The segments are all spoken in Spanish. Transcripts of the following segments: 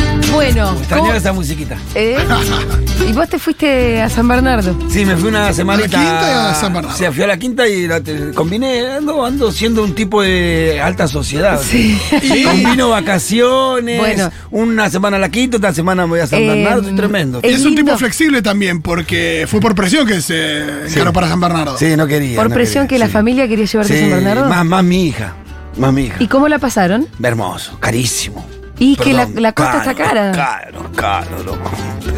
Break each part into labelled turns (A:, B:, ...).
A: Claro.
B: Extrañaba
A: ¿Cómo-
B: esa musiquita.
A: ¿Eh? Y vos te fuiste a San Bernardo.
B: Sí, me fui una semanita.
C: ¿A la quinta y a San Bernardo?
B: O sea, fui a la quinta y la te- combiné. Ando, ando siendo un tipo de alta sociedad.
A: Sí.
B: Y combino vacaciones.
A: Bueno.
B: Una semana a la quinta, otra semana me voy a San
A: Eh,
B: Bernardo. Estoy tremendo.
A: Es
C: es un
A: lindo.
C: tipo flexible también, porque fue por presión que se encaró para San Bernardo.
B: Sí, no quería.
A: Por
B: no
A: presión
B: quería,
A: que la
B: sí.
A: familia quería llevarte a
B: Sí,
A: San Bernardo.
B: Más, más mi hija. Más mi hija.
A: ¿Y cómo la pasaron?
B: Hermoso, carísimo.
A: Y que la-
B: Perdón,
A: la costa está cara.
B: Caro, caro, loco.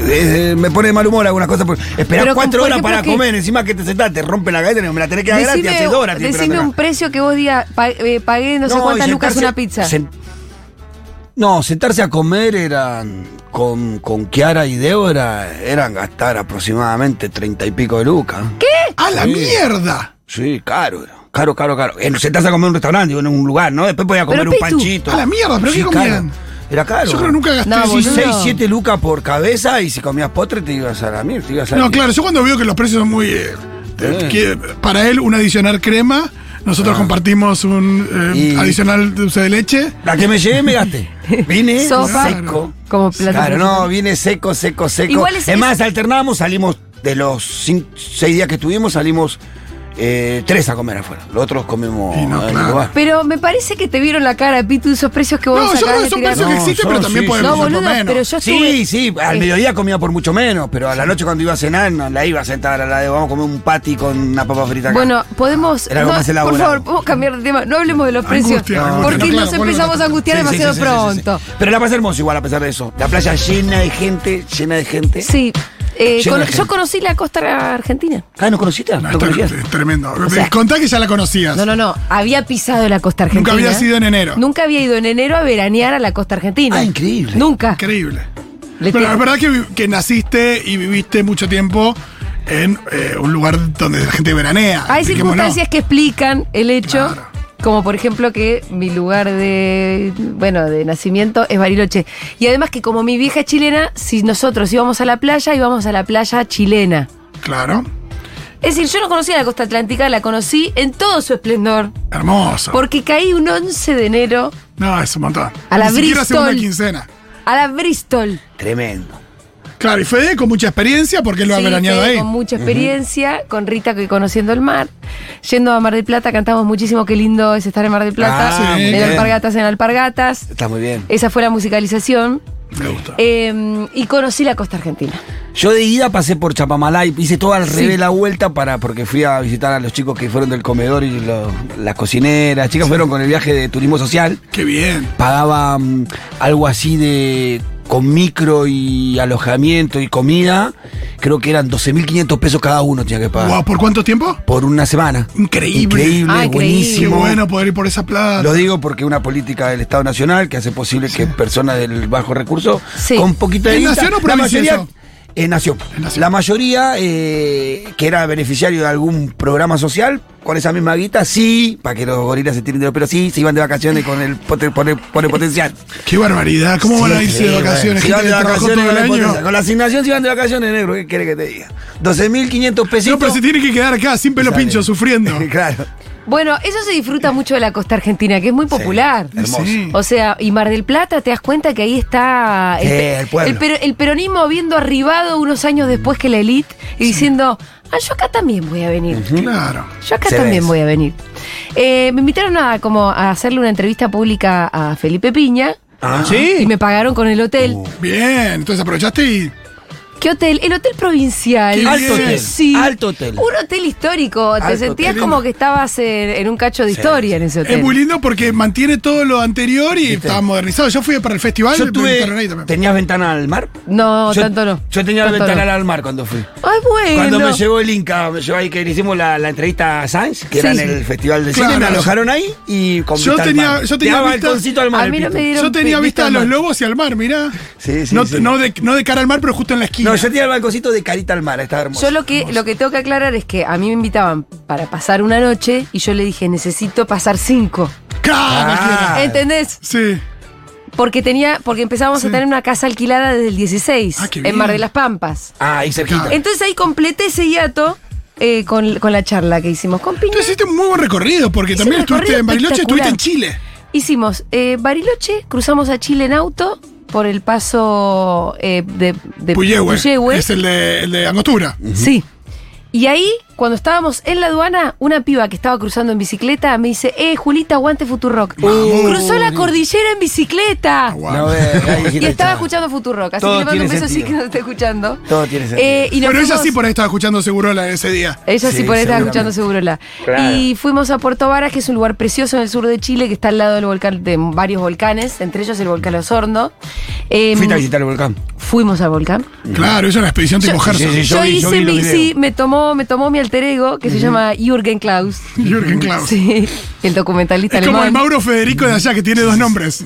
B: Eh, eh, me pone de mal humor algunas cosas. porque
A: Pero,
B: Esperás pues, cuatro
A: por
B: horas
A: ejemplo,
B: para
A: que-
B: comer, encima que te sentás, te rompe la cabeza, me la tenés que dar gratis hace
A: Decime,
B: dos horas. estoy
A: decime
B: esperando
A: un
B: acá.
A: precio que vos digas, pa- eh, pagué no, sé
B: No,
A: cuántas
B: y
A: lucas
B: sentarse-
A: una pizza.
B: sen- no, sentarse a comer eran. Con, con Kiara y Débora eran gastar aproximadamente treinta y pico de lucas.
C: ¡A la mierda!
B: Sí, caro. era. Caro, caro, caro. Eh, Sentarse a comer en un restaurante, digo, en un lugar, ¿no? Después podía comer
A: Pero,
B: un
A: Pitu,
B: panchito.
C: a la mierda, ¿pero qué
B: caro.
C: comían?
B: Era caro.
C: Yo creo que nunca gasté
A: No,
C: así.
A: boludo.
B: 6, 7 lucas por cabeza y si comías postre te ibas a la mierda, te ibas a
C: No, claro, yo cuando veo que los precios son muy. eh, eh, que para él, un adicional crema. Nosotros compartimos un eh,
B: Ah. Y-
C: adicional dulce de leche.
B: La que me llevé me gasté. Vine
A: Sopa.
B: seco.
A: Como plato
B: Claro,
A: principal.
B: no, vine seco, seco, seco.
A: Igual es-
B: es
A: es-
B: más, alternamos, salimos de los 6 días que estuvimos, salimos eh, tres a comer afuera. Los otros comimos
C: Y no,
B: en el
C: claro.
B: lugar.
A: Pero me parece que te vieron la cara, Pitu, esos precios que vos
C: No, yo
A: acabás
C: creo que
A: de
C: son
A: tirar.
C: precios que
B: No,
C: existen, pero
B: son,
C: también
B: sí,
C: podemos
A: No,
C: hacer por
A: boludo,
C: menos.
A: pero yo estuve...
B: Sí, sí, al
A: eh,
B: mediodía comía por mucho menos, pero a la noche cuando iba a cenar no la iba a sentar a la de vamos a comer un patty con una papa frita. acá.
A: Bueno, podemos.
B: Era algo
A: no,
B: más
A: por
B: elaborado.
A: favor, podemos cambiar de tema. No hablemos de los precios.
C: Angustia, angustia,
A: porque
C: no, claro,
A: nos
C: vuelvo a
A: empezamos a
C: la-
A: angustiar
B: Sí, sí,
A: demasiado
B: sí, sí, sí, sí.
A: pronto.
B: Pero la pasé hermoso igual a pesar de eso. La playa llena de gente, llena de gente.
A: Sí. eh,
B: Llena
A: cono-
B: de
A: yo
B: gente.
A: conocí la costa argentina.
B: Ah, ¿no conociste? ¿No
C: Está-
B: conocías?
C: es tremendo.
A: sea-
C: Contá que ya la conocías.
A: No, no, no. Había pisado la costa argentina.
C: Nunca había sido en enero.
A: Nunca había ido en enero a veranear a la costa argentina.
B: Ah, increíble.
A: Nunca.
C: Increíble.
A: Le
C: Pero
A: te-
C: la verdad que, vi- que naciste y viviste mucho tiempo en eh, un lugar donde la gente veranea.
A: Hay
C: Expliquémonos.
A: circunstancias que explican el hecho,
C: Claro.
A: como por ejemplo que mi lugar de, bueno, de nacimiento es Bariloche. Y además que como mi vieja es chilena, si nosotros íbamos a la playa, íbamos a la playa chilena.
C: Claro.
A: Es decir, yo no conocía la costa atlántica, la conocí en todo su esplendor,
C: Hermoso.
A: porque caí un 11 de enero
C: No, es un montón.
A: A la
C: Ni siquiera
A: Bristol.
C: segunda quincena.
A: a la Bristol.
B: Tremendo.
C: Claro, y Fede con mucha experiencia porque él lo ha
A: Sí,
C: veraneado
A: Fede,
C: ahí.
A: Con mucha experiencia, con Rita que conociendo el mar. Yendo a Mar del Plata, cantamos muchísimo qué lindo es estar en Mar del Plata.
B: Ah,
C: sí,
A: en
C: bien.
A: Alpargatas, en Alpargatas.
B: Está muy bien.
A: Esa fue la musicalización.
C: Me gusta.
A: Eh, y conocí la costa argentina.
B: Yo de ida pasé por Chapamalay, hice toda al revés la vuelta para porque fui a visitar a los chicos que fueron del comedor y lo- las cocineras. Las chicas fueron con el viaje de turismo social.
C: Qué bien.
B: Pagaba mm, algo así de con micro y alojamiento y comida. Creo que eran 12.500 pesos cada uno tenía que pagar.
C: Guau, ¿por cuánto tiempo?
B: Por una semana.
C: Increíble.
B: Increíble,
A: Ah, increíble.
C: Qué
B: buenísimo.
C: bueno poder ir por esa plata.
B: Lo digo porque una política del Estado Nacional que hace posible que personas del bajo recurso
A: Sí.
B: con poquito de
C: ¿Es
B: guita,
C: nación o
B: la
C: provincia
B: mayoría,
C: eso?
B: eh, nación.
C: Es nación.
B: La mayoría eh, que era beneficiario de algún programa social, con esa misma guita, sí, para que los gorilas se tiren de los pero sí, se iban de vacaciones con el pote- pone- pone potencial.
C: Qué barbaridad. ¿Cómo van a irse de vacaciones?
B: Se iban
C: Gente
B: de
C: que trabajó
B: vacaciones
C: todo
B: con,
C: el
B: la
C: año.
B: potencia. Con la asignación se iban de vacaciones, negro, ¿qué quiere que te diga? 12.500 pesitos.
C: No, pero se tiene que quedar acá sin pelo pincho, sufriendo.
B: claro.
A: Bueno, eso se disfruta mucho de la costa argentina, que es muy popular.
B: Hermoso.
C: Sí.
A: O sea, y Mar del Plata, te das cuenta que ahí está
B: Sí,
A: pe-
B: el pueblo.
A: per- el peronismo habiendo arribado unos años después que la elite y diciendo, ah, yo acá también voy a venir.
C: Claro.
A: Yo acá
B: Se ve
A: también
B: eso.
A: voy a venir. Eh, me invitaron a, como, a hacerle una entrevista pública a Felipe Piña
B: Ah,
A: y me pagaron con el hotel.
B: Uh.
C: Bien, entonces aprovechaste y.
A: ¿Qué hotel? El Hotel Provincial.
C: Qué Alto bien. hotel,
A: Sí.
B: alto hotel.
A: Un hotel histórico. Te
B: Alto
A: sentías
B: hotel.
A: como que estabas en, en un cacho de historia en ese hotel.
C: Es muy lindo porque mantiene todo lo anterior y está modernizado. Yo fui para el festival
B: Yo
C: me invitaron ahí
B: tuve.
C: también.
B: ¿Tenías ventana al mar?
A: No,
B: Yo-
A: tanto no.
B: Yo tenía
A: Tanto
B: la ventana
A: no.
B: al mar cuando fui.
A: Ay, bueno.
B: Cuando me llegó el Inca, me llevó ahí que le hicimos la, la entrevista a Sainz, que era
A: Sí.
B: en el Festival de
C: Claro.
B: Cine, me alojaron ahí y con
C: Yo
B: vista al
C: tenía-
B: mar.
C: yo tenía
B: Daba
C: vista-
B: balconcito al mar.
A: A mí
B: el
A: no
B: pito.
A: me dieron
C: Yo tenía
A: pe-
C: vista a
A: al
C: los
A: mar.
C: lobos y al mar, mirá.
B: Sí, sí,
C: no,
B: sí.
C: No, de, no de cara al mar, pero justo en la esquina.
B: No, yo tenía el balconcito de carita al mar, estaba hermoso.
A: Yo lo que, lo que tengo que aclarar es que a mí me invitaban para pasar una noche y yo le dije, necesito pasar cinco.
C: Cara,
B: Ah.
C: quiero.
B: Claro.
A: ¿Entendés?
C: Sí.
A: Porque tenía, porque empezábamos a
C: Sí.
A: tener una casa alquilada desde el 16,
C: Ah, qué
A: en Mar
C: bien.
A: de las Pampas.
B: Ah, ahí cerquita.
C: Claro.
A: Entonces ahí completé ese hiato eh, con, con la charla que hicimos con Piña.
C: Entonces hiciste un muy buen recorrido porque
A: Hice
C: también
A: un
C: estuviste
A: recorrido
C: en Bariloche, estuviste en
A: espectacular.
C: Chile.
A: Hicimos eh, Bariloche, cruzamos a Chile en auto por el paso eh, de, de
C: Puyehue.
A: Puyehue.
C: Es el de, el de Angostura.
A: Sí. Y ahí, cuando estábamos en la aduana, una piba que estaba cruzando en bicicleta me dice, eh, Julita, aguante Futurock.
B: Vamos,
A: Cruzó la cordillera en bicicleta.
C: Guau.
B: No, eh, ahí sí
A: Y
B: la
A: estaba
B: echaba.
A: escuchando Futurock, así que
B: Todo
A: le mando un
B: tiene
A: beso sí
B: sentido.
A: que nos está escuchando.
B: Todo tiene sentido.
A: Eh, y nos
C: Pero ella
A: fuimos-
C: sí por ahí estaba escuchando seguro la de ese día.
A: ella sí,
B: Sí,
A: por ahí estaba
B: seguramente.
A: escuchando seguro la.
D: Claro.
A: Y fuimos a Puerto Varas, que es un lugar precioso en el sur de Chile, que está al lado del volcán, de varios volcanes, entre ellos el volcán Osorno. Eh,
B: Fuiste a visitar el volcán.
A: fuimos al volcán.
C: Claro, hizo una expedición tipo Herzog.
B: sí, sí,
A: Eh, mm. yo,
B: yo vi- yo
A: hice
B: vi los
A: mi,
B: videos.
A: sí, me tomó, me tomó mi alter ego, que se llama Jürgen Klaus.
C: Jürgen Klaus.
A: Sí, el documentalista
C: Es como el
A: alemán.
C: Mauro Federico de allá que tiene dos nombres.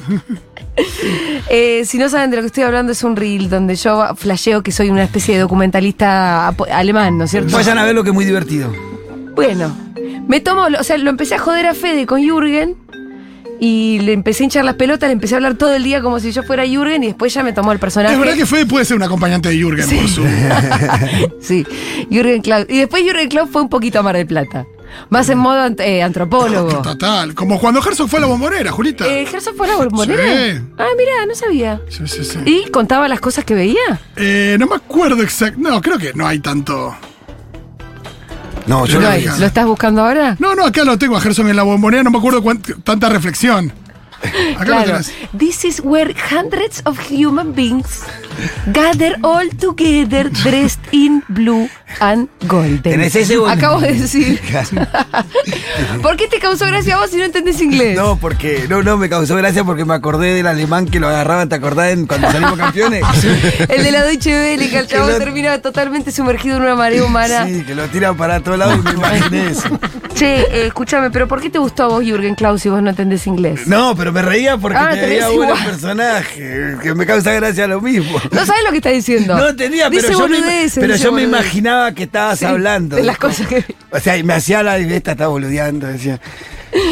A: Eh, si no saben de lo que estoy hablando, es un reel donde yo flasheo que soy una especie de documentalista apo- alemán, ¿no es cierto?
B: Vayan a ver lo que es muy divertido.
A: Bueno, me tomo, o sea, lo empecé a joder a Fede con Jürgen y le empecé a hinchar las pelotas, le empecé a hablar todo el día como si yo fuera Jürgen y después ya me tomó el personaje.
C: Es verdad que Fede puede ser un acompañante de Jürgen por su.
A: Sí, Jürgen Klaus. Y después Jürgen Klaus fue un poquito a Mar del Plata. Más en modo ant- eh, antropólogo.
C: Total. Como cuando Herzog fue a la bombonera, Julita.
A: Eh, ¿Gerson fue a la bombonera?
C: Sí.
A: Ah, mira, no sabía.
C: Sí, sí, sí.
A: ¿Y contaba las cosas que veía?
C: Eh, no me acuerdo exacto. No, creo que no hay tanto.
B: No, yo
C: Pero
A: No
B: no
A: hay.
B: vi.
C: dije.
A: ¿Lo estás buscando ahora?
C: No, no, acá lo tengo a Herzog en la bombonera, no me acuerdo cuánt- tanta reflexión. Acá lo
A: Claro.
C: tenés.
A: This is where hundreds of human beings gather all together dressed in blue and golden.
B: Tenés ese bol-
A: Acabo de decir. ¿Por qué te causó gracia a vos si no entendés inglés?
B: No, porque no, no, me causó gracia porque me acordé del alemán que lo agarraban, ¿te acordás en- cuando salimos campeones?
A: El de la Deutsche Welle, que el
B: Que
A: chavo
B: lo-
A: termina totalmente sumergido en una marea humana.
B: Sí, que lo tiran para todos lados y me imaginé eso.
A: Che, eh, escúchame, pero ¿por qué te gustó a vos, Jürgen Klaus, si vos no entendés inglés?
B: No, pero me reía porque
A: Ah, te
B: tenía
A: reís
B: buenos
A: igual.
B: personajes, que me causa gracia lo mismo.
A: No sabes lo que estás diciendo.
B: No entendía, pero
A: Dice
B: yo, me,
A: boludeces,
B: pero
A: dice
B: yo me
A: boludeces.
B: imaginaba que estabas
A: Sí,
B: hablando.
A: de las cosas que-
B: O sea, y me hacía la esta estaba boludeando, decía.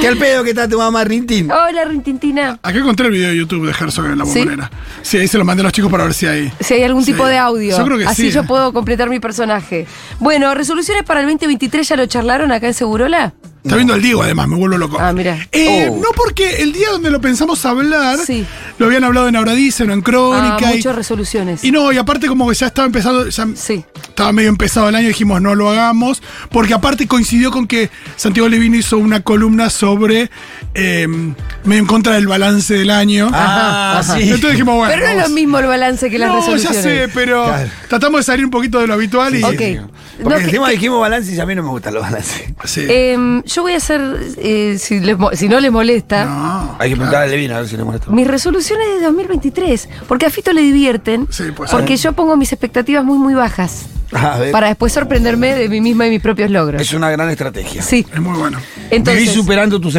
B: ¿Qué al pedo que está tu mamá Rintín?
A: Hola, Rintintina.
C: Acá encontré el video de YouTube de Herzog en la
A: ¿Sí?
C: bombonera. Sí, ahí se lo mandé a los chicos para ver si hay.
A: Si hay algún
C: Sí.
A: tipo de audio.
C: Yo creo que
A: Así
C: sí.
A: yo puedo completar mi personaje. Bueno, resoluciones para el 2023 ya lo charlaron acá en Segurola.
C: Está viendo al Diego, además, me vuelvo loco.
A: Ah, mira.
C: Eh,
B: Oh.
C: No porque el día donde lo pensamos hablar,
A: Sí.
C: lo habían hablado en Ahora Dicen o en
A: Ah,
C: Crónica. y,
A: muchas resoluciones.
C: y no, y aparte como que ya estaba empezando, ya
A: Sí.
C: estaba medio empezado el año, dijimos no lo hagamos, porque aparte coincidió con que Santiago Levino hizo una columna sobre eh, medio en contra del balance del año.
B: Ah,
A: Ajá,
B: sí.
C: Entonces dijimos, bueno.
A: pero no es
C: vamos.
A: lo mismo el balance que las
C: No, ya
A: resoluciones.
C: sé, pero
B: Claro.
C: tratamos de salir un poquito de lo habitual y.
A: Ok. No,
B: Porque
A: que-
B: encima dijimos balance y a mí no me gustan los balances.
C: Sí.
A: Em, yo voy a hacer, eh, si, les mo- si no les molesta,
C: No.
B: Hay que preguntar a Levina a ver si le molesta.
A: mis resoluciones de 2023. Porque a Fito le divierten.
C: Sí, pues,
A: porque
C: ah.
A: yo pongo mis expectativas muy, muy bajas.
B: A ver,
A: Para después sorprenderme de mí misma y mis propios logros.
B: es una gran estrategia.
A: Sí.
C: Es muy bueno.
A: Entonces.
B: Vivís superando tus
A: Sí,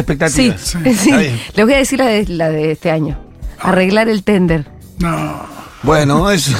B: expectativas.
A: sí.
B: Está bien.
A: Les voy a decir la de, la de este año.
C: Ah.
A: Arreglar el tender.
C: No.
B: Bueno, eso.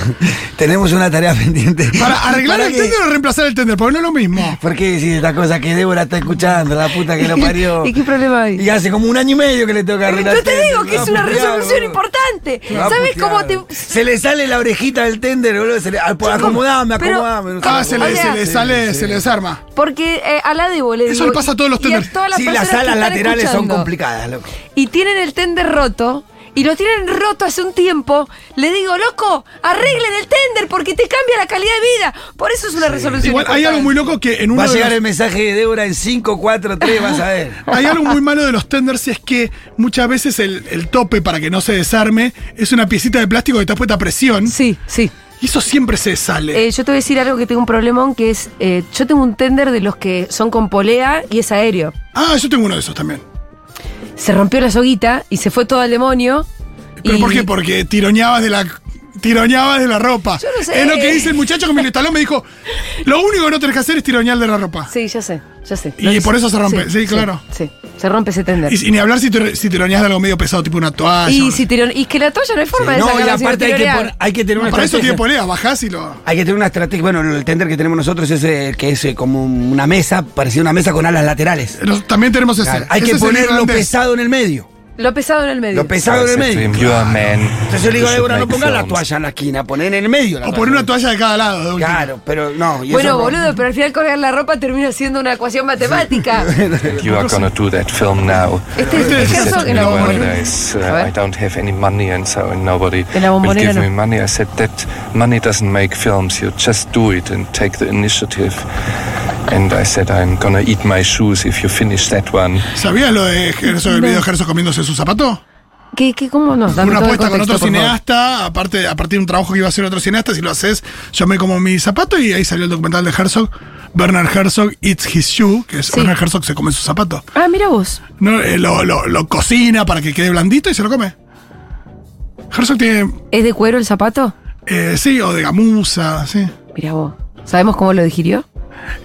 B: Tenemos una tarea pendiente.
C: Para arreglar
B: ¿Para
C: el
B: qué?
C: tender o reemplazar el tender, porque no es lo mismo.
B: ¿Por qué decís esta cosa que Débora está escuchando? La puta que lo parió.
A: ¿Y qué problema hay? Eh,
B: Y hace como un año y medio que le toca arreglar.
A: Yo te
B: tender,
A: digo
B: lo
A: que
B: va
A: es
B: a
A: una
B: putear,
A: resolución
B: boludo.
A: importante.
B: Lo va a
A: ¿Sabes
B: putear.
A: cómo te.?
B: Se le sale la orejita del tender, boludo. Se le... ah, pues, Acomodame,
A: pero-
B: acomodame.
C: Ah, se le,
A: O sea-
C: se le sale, se le desarma.
A: Porque eh, a la de le
C: Eso
A: digo,
C: le pasa a todos los
A: y
C: tender.
A: todas las
B: Sí,
A: personas
B: las
A: que
B: alas
A: están
B: laterales son
A: escuchando.
B: complicadas, loco.
A: Y tienen el tender roto. Y lo tienen roto hace un tiempo. Le digo, loco, arreglen el tender porque te cambia la calidad de vida. Por eso es una resolución.
C: Igual hay algo muy loco que en uno
B: Va a
C: de
B: llegar
C: los-
B: el mensaje de Débora en 5, 4, 3, vas a ver.
C: Hay algo muy malo de los tenders y es que muchas veces el, el tope para que no se desarme es una piecita de plástico que está puesta a presión
A: Sí, sí.
C: y eso siempre se sale.
A: Eh, yo te voy a decir algo que tengo un problemón, que es, eh, yo tengo un tender de los que son con polea y es aéreo.
C: Ah, yo tengo uno de esos también.
A: Se rompió la soguita y se fue todo al demonio.
C: ¿Pero
A: y-
C: por qué? Porque tironeabas de la. Tironeabas de la ropa.
A: Yo no sé.
C: Es lo que dice el muchacho que me lo instaló, me dijo: Lo único que no tenés que hacer es tironear de la ropa.
A: Sí, ya sé, ya sé.
C: Y por eso se rompe, sí, claro.
A: Sí, se rompe ese tender.
C: Y, y ni hablar si, te, si tironeás de algo medio pesado, tipo una toalla.
A: Y,
C: o-
A: si tirón, y que la toalla no hay forma de
B: no, y
A: sacarla sin
B: aparte hay que,
A: tironear.
B: pon- hay que tener una
C: Para eso
B: estrategia.
C: tiene polea, bajás y lo. eh,
B: Hay que tener una estrategia. Bueno, el tender que tenemos nosotros es eh, que es eh, como una mesa, parecida a una mesa con alas laterales.
C: Nos- también tenemos ese.
B: Claro, Hay
C: Ese
B: que
C: es el
B: poner lo
C: irlandés.
B: pesado en el medio.
A: Lo pesado en el medio.
B: Lo pesado en el medio.
D: Extreme, you are man.
B: Entonces yo le digo a
D: You should
B: Débora, no
D: make
B: pongan la
D: films.
B: toalla en la esquina, ponen en el medio. la
C: O poner una toalla de cada lado. de última.
B: Claro, pero no. y
A: bueno,
B: eso-
A: boludo, pero al final colgar la ropa termina siendo una ecuación matemática.
D: You are gonna do that film now.
A: Este es
C: Este
A: el
C: es-
D: He
A: caso
D: said
A: en
D: me,
A: la
D: well,
A: bombonera.
D: there is,
A: A
D: uh,
A: ver.
D: I don't have any money and so nobody
A: En la
D: will
A: bombonera no.
D: give me money. I said that money doesn't make films. You just do it and take the initiative. And I said I'm gonna eat my shoes if you finish that one.
C: ¿Sabías lo de Herzog, el
A: No.
C: video de Herzog comiéndose su zapato?
A: ¿Qué, qué, ¿Cómo no?
C: Fue
A: Dame
C: una
A: todo el
C: apuesta con
A: contexto,
C: otro
A: por favor.
C: cineasta, aparte, a partir de un trabajo que iba a hacer otro cineasta, si lo haces, yo me como mi zapato y ahí salió el documental de Herzog, Bernard Herzog, It's His Shoe, que es
A: Sí.
C: Bernard Herzog se come su zapato.
A: Ah, mira vos.
C: No, eh, lo, lo- lo cocina para que quede blandito y se lo come. Herzog tiene,
A: ¿Es de cuero el zapato?
C: eh, sí, o de gamuza, sí.
A: Mira vos. ¿Sabemos cómo lo digirió?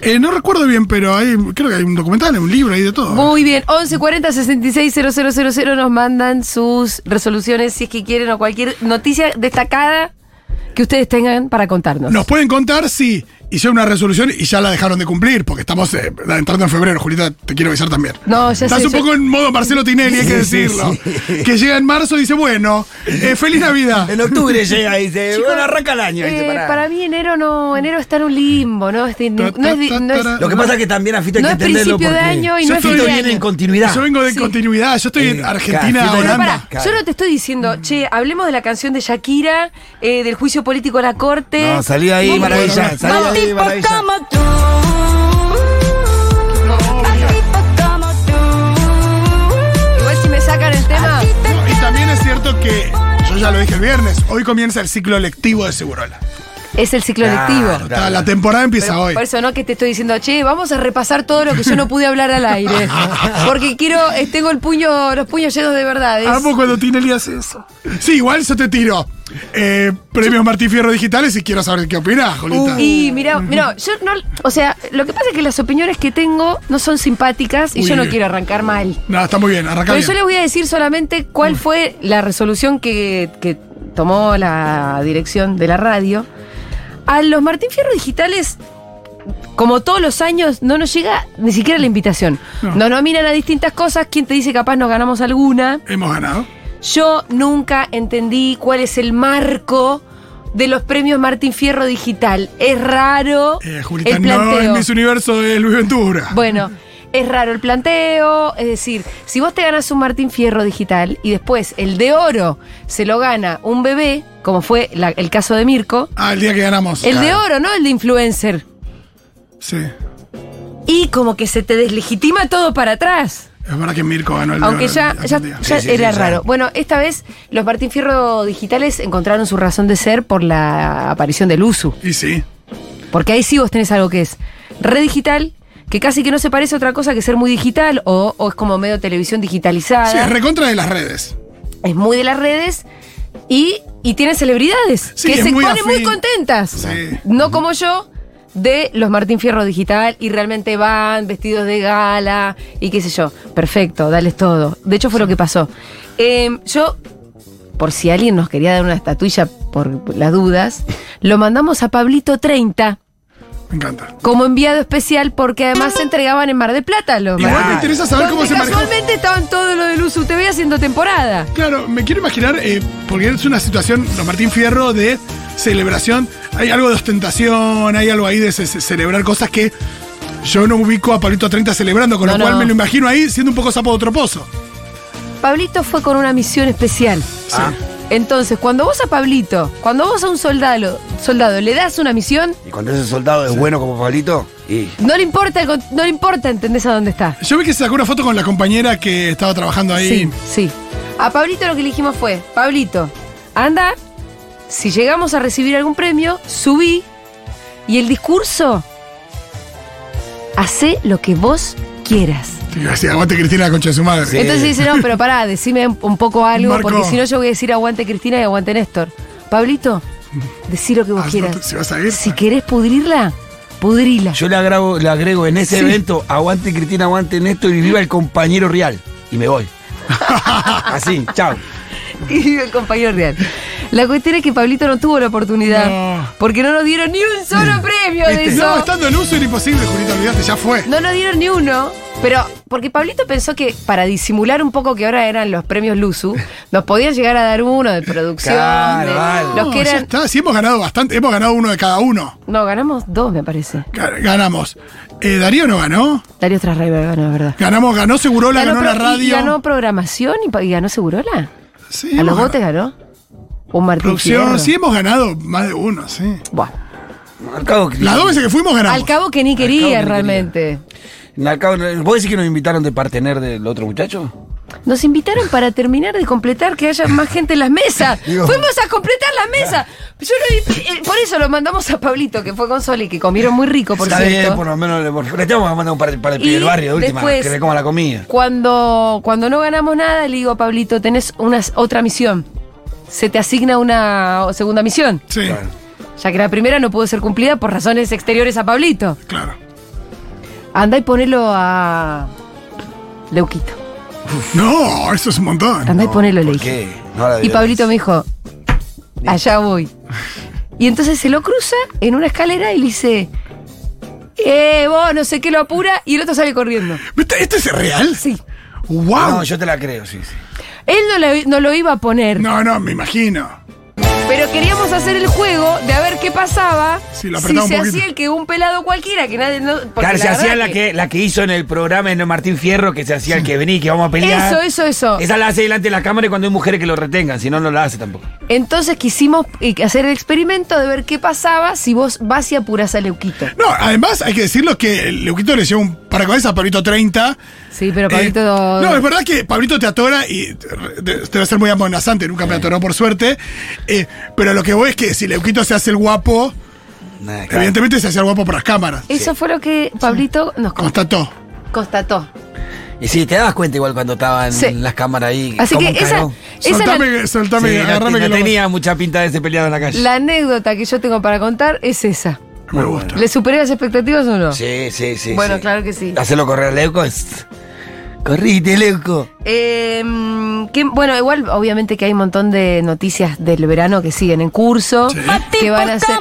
C: Eh, no recuerdo bien, pero hay, creo que hay un documental, un libro, hay de todo.
A: Muy bien, 1140 66 000 nos mandan sus resoluciones si es que quieren o cualquier noticia destacada que ustedes tengan para contarnos.
C: Nos pueden contar si hicieron una resolución y ya la dejaron de cumplir, porque estamos eh, entrando en febrero, Julita, te quiero avisar también.
A: No, ya
C: Estás
A: sé,
C: un
A: yo-
C: poco en modo Marcelo Tinelli, hay que
B: Sí, sí,
C: decirlo. Que llega en marzo y dice, bueno, eh, feliz Navidad.
B: En octubre llega y dice,
A: Chicos,
B: bueno, arranca el año. y dice,
A: eh,
B: pará.
A: para mí enero no, enero está en un limbo, no es, de- no
C: Ta, ta,
A: es de- no es-
C: ta, ta.
B: Lo que pasa es que también a Fito hay
A: No
B: que
A: es
B: entenderlo
A: principio de
B: porque
A: año y
B: yo
A: no es
B: Fito
A: fin de
B: viene
A: año.
B: en continuidad.
C: Yo vengo de
A: Sí.
C: continuidad, yo estoy en
B: Eh,
C: Argentina,
B: claro,
A: Pero
C: Holanda.
A: pará,
B: Claro.
A: yo no te estoy diciendo,
B: Mm.
A: che, hablemos de la canción de Shakira, eh, del juicio político a la corte.
B: No, salí de ahí,
A: Vamos,
B: maravilla,
A: vamos.
B: salí de
A: Vamos,
B: ahí,
A: tipo,
B: maravilla.
A: toma.
E: como tú. A tipo como tú.
A: Igual si me sacan el tema.
C: No, y también es cierto que, yo ya lo dije el viernes, hoy comienza el ciclo lectivo de Segurola.
A: Es el ciclo
B: Ah, Claro.
A: lectivo.
C: Está- La temporada empieza hoy.
A: Por eso no que te estoy diciendo, che, vamos a repasar todo lo que yo no pude hablar al aire. Porque quiero, eh, tengo el puño, los puños llenos de verdades.
C: Amo cuando Tinelli hace eso. Sí, igual yo te tiro. Eh, premios Martín Fierro Digitales y quiero saber qué opinas, Julita.
A: Y mira, mira, yo no, o sea, lo que pasa es que las opiniones que tengo no son simpáticas y
C: Uy.
A: yo no quiero arrancar mal.
C: No, está muy bien, arranca
A: Pero
C: bien.
A: yo les voy a decir solamente cuál fue la resolución que, que tomó la dirección de la radio. A los Martín Fierro Digitales, como todos los años, no nos llega ni siquiera la invitación. Nos nominan a distintas cosas. ¿Quién te dice capaz nos ganamos alguna?
C: Hemos ganado.
A: Yo nunca entendí cuál es el marco de los premios Martín Fierro Digital. Es raro
C: Eh, Julita,
A: el
C: no
A: planteo.
C: en Miss Universo de Luis Ventura.
A: Bueno, es raro el planteo. Es decir, si vos te ganas un Martín Fierro digital y después el de oro se lo gana un bebé, como fue la- el caso de Mirko,
C: Ah, el día que ganamos.
A: el de oro, no el de influencer.
C: Sí.
A: Y como que se te deslegitima todo para atrás.
C: Es verdad que Mirko ganó el de
A: Aunque
C: oro
A: ya,
C: el-
A: ya,
C: aquel día.
A: ya
B: Sí, sí,
A: era
B: sí, ya.
A: raro. Bueno, esta vez los Martín Fierro digitales encontraron su razón de ser por la aparición del USU.
C: Y sí.
A: Porque ahí sí vos tenés algo que es red digital, que casi que no se parece a otra cosa que ser muy digital, o, o es como medio televisión digitalizada.
C: Sí, es recontra de las redes.
A: es muy de las redes y, y tiene celebridades
C: Sí,
A: que
C: es
A: se
C: muy
A: ponen
C: afín.
A: muy contentas.
C: Sí.
A: No como yo, de los Martín Fierro Digital y realmente van vestidos de gala y qué sé yo. Perfecto, dales todo. De hecho, fue lo que pasó. Em, yo. Por si alguien nos quería dar una estatuilla por las dudas, lo mandamos a Pablito 30
C: Me encanta.
A: como enviado especial porque además se entregaban en Mar de Plata los
C: Igual
A: Martín.
C: me interesa saber cómo
A: Donde
C: se manejó.
A: Casualmente estaban todos los de Luz TV haciendo temporada.
C: Claro, me quiero imaginar, eh, porque es una situación, los Martín Fierro, de celebración. Hay algo de ostentación, hay algo ahí de ce- ce- celebrar cosas que yo no ubico a Pablito 30 celebrando, con
A: No,
C: lo cual
A: no.
C: me lo imagino ahí siendo un poco sapo de otro pozo.
A: Pablito fue con una misión especial.
B: Ah,
A: Entonces, cuando vos a Pablito, cuando vos a un soldado, soldado le das una misión,
B: y cuando ese soldado es bueno como Pablito, y
A: no le importa, el con- no le importa, ¿entendés a dónde está?
C: Yo vi que se sacó una foto con la compañera que estaba trabajando ahí.
A: Sí, sí. A Pablito lo que le dijimos fue, Pablito, anda, si llegamos a recibir algún premio, subí y el discurso, hace lo que vos quieras.
C: Y yo decía, aguante Cristina la concha de su madre.
B: Sí.
A: Entonces dice, no, pero pará, decime un- un poco algo,
C: Este, Marco.
A: porque si no yo voy a decir aguante Cristina y aguante Néstor. Pablito, decí lo que vos
C: Ah,
A: quieras.
C: si vas a ir.
A: Si querés pudrirla, pudrila.
B: yo le, agravo- le agrego en ese evento, aguante Cristina, aguante Néstor y viva el compañero real. Y me voy. Así, chao.
A: Y el compañero real. La cuestión es que Pablito no tuvo la oportunidad,
C: No.
A: porque no nos dieron ni un solo premio de
C: Este,
A: eso.
C: no, estando en uso era imposible, Julita, olvidate, ya fue.
A: No nos dieron ni uno, pero porque Pablito pensó que para disimular un poco que ahora eran los premios Luzu, nos podían llegar a dar uno de producción,
B: Claro,
A: de-
B: vale.
A: los que
C: No, ya
A: eran...
C: está, sí hemos ganado bastante, hemos ganado uno de cada uno.
A: No, ganamos dos, me parece.
C: Ga- Ganamos. Eh, Darío no ganó.
A: Darío Trasreiber ganó, es verdad.
C: Ganamos, ganó Segurola, ganó, la
A: pro-
C: radio.
A: y ganó programación y, pa- y ganó Segurola.
C: Sí,
A: A
C: hemos
A: los
C: ganado.
A: botes ganó. Un Martín
C: Producción,
A: Fierro.
C: sí hemos ganado más de uno, sí.
A: Buah.
B: Al cabo,
C: Las dos veces que fuimos ganamos.
A: Al cabo que ni
B: que ni
A: quería
B: quería.
A: realmente.
B: al cabo, ¿vos decís que nos invitaron de partener del otro muchacho?
A: Nos invitaron para terminar de completar que haya más gente en las mesas.
B: Digo-
A: Fuimos a completar las mesas. Yo no- eh, por eso lo mandamos a Pablito, que fue con Sol y que comieron muy rico, por
B: Está
A: cierto.
B: bien, por lo menos le, por- le estamos mandando un par para el pibe
A: Y
B: del barrio, de última,
A: después-
B: que le coma la comida.
A: Cuando, cuando no ganamos nada, le digo, Pablito, tenés una, otra misión. Se te asigna una segunda misión.
C: Sí,
B: Claro.
C: claro.
A: Ya que la primera no pudo ser cumplida por razones exteriores a Pablito. Anda y ponelo a Leuquito.
C: No, eso es un montón.
A: Anda y ponelo, le
B: ¿Por
A: dije.
B: qué? No la
A: Y
B: violencia.
A: Pablito me dijo, allá voy. Y entonces se lo cruza en una escalera y le dice, eh, vos, no sé qué lo apura, y el otro sale corriendo.
C: ¿Este, este es real?
A: Sí.
C: ¡Wow!
B: No, yo te la creo, sí, sí.
A: Él no, la- no lo iba a poner,
C: No, no, me imagino.
A: pero queríamos hacer el juego de a ver qué pasaba
C: Sí, lo
A: si se
C: apretaba un poquito.
A: hacía el que un pelado cualquiera, que nadie... No, porque
B: Claro, se
A: verdad
B: hacía la que, la que hizo en el programa en Martín Fierro, que se hacía el que vení, que vamos a pelear.
A: Eso, eso, eso.
B: Esa la hace delante de la cámara y cuando hay mujeres que lo retengan, si no, no la hace tampoco.
A: Entonces quisimos eh, hacer el experimento de ver qué pasaba si vos vas y apuras a Leuquito.
C: No, además hay que decirlo que Leuquito le lleva un par de cabezas a Pablito 30.
A: Sí, pero Pablito...
C: Eh, no, es verdad que Pablito te atora y te- te- debe ser muy amenazante, nunca me atoró por suerte. Eh, pero lo que voy es que si Leuquito se hace el guapo,
B: Nada, claro.
C: evidentemente se hace el guapo por las cámaras.
A: Eso fue lo que Pablito nos con-
C: Constató.
A: constató.
B: Y sí, te dabas cuenta igual cuando estaban
A: Sí.
B: las cámaras ahí.
A: Así
B: cómo
A: que esa,
B: encaró.
A: esa es
C: Soltame,
A: la,
C: que- soltame,
B: Sí, no-
C: agarrame
B: no,
C: que lo-
B: tenía mucha pinta de ese peleado en la calle.
A: la anécdota que yo tengo para contar es esa.
C: Me gusta.
A: ¿Le superé las expectativas o no?
B: Sí, sí, sí.
A: Bueno,
B: sí.
A: claro que sí.
B: Hacelo correr, Leuco. es- Corrite, Leuco.
A: Eh, mm, que- bueno, igual obviamente que hay un montón de noticias del verano que siguen en curso. Que van a ser...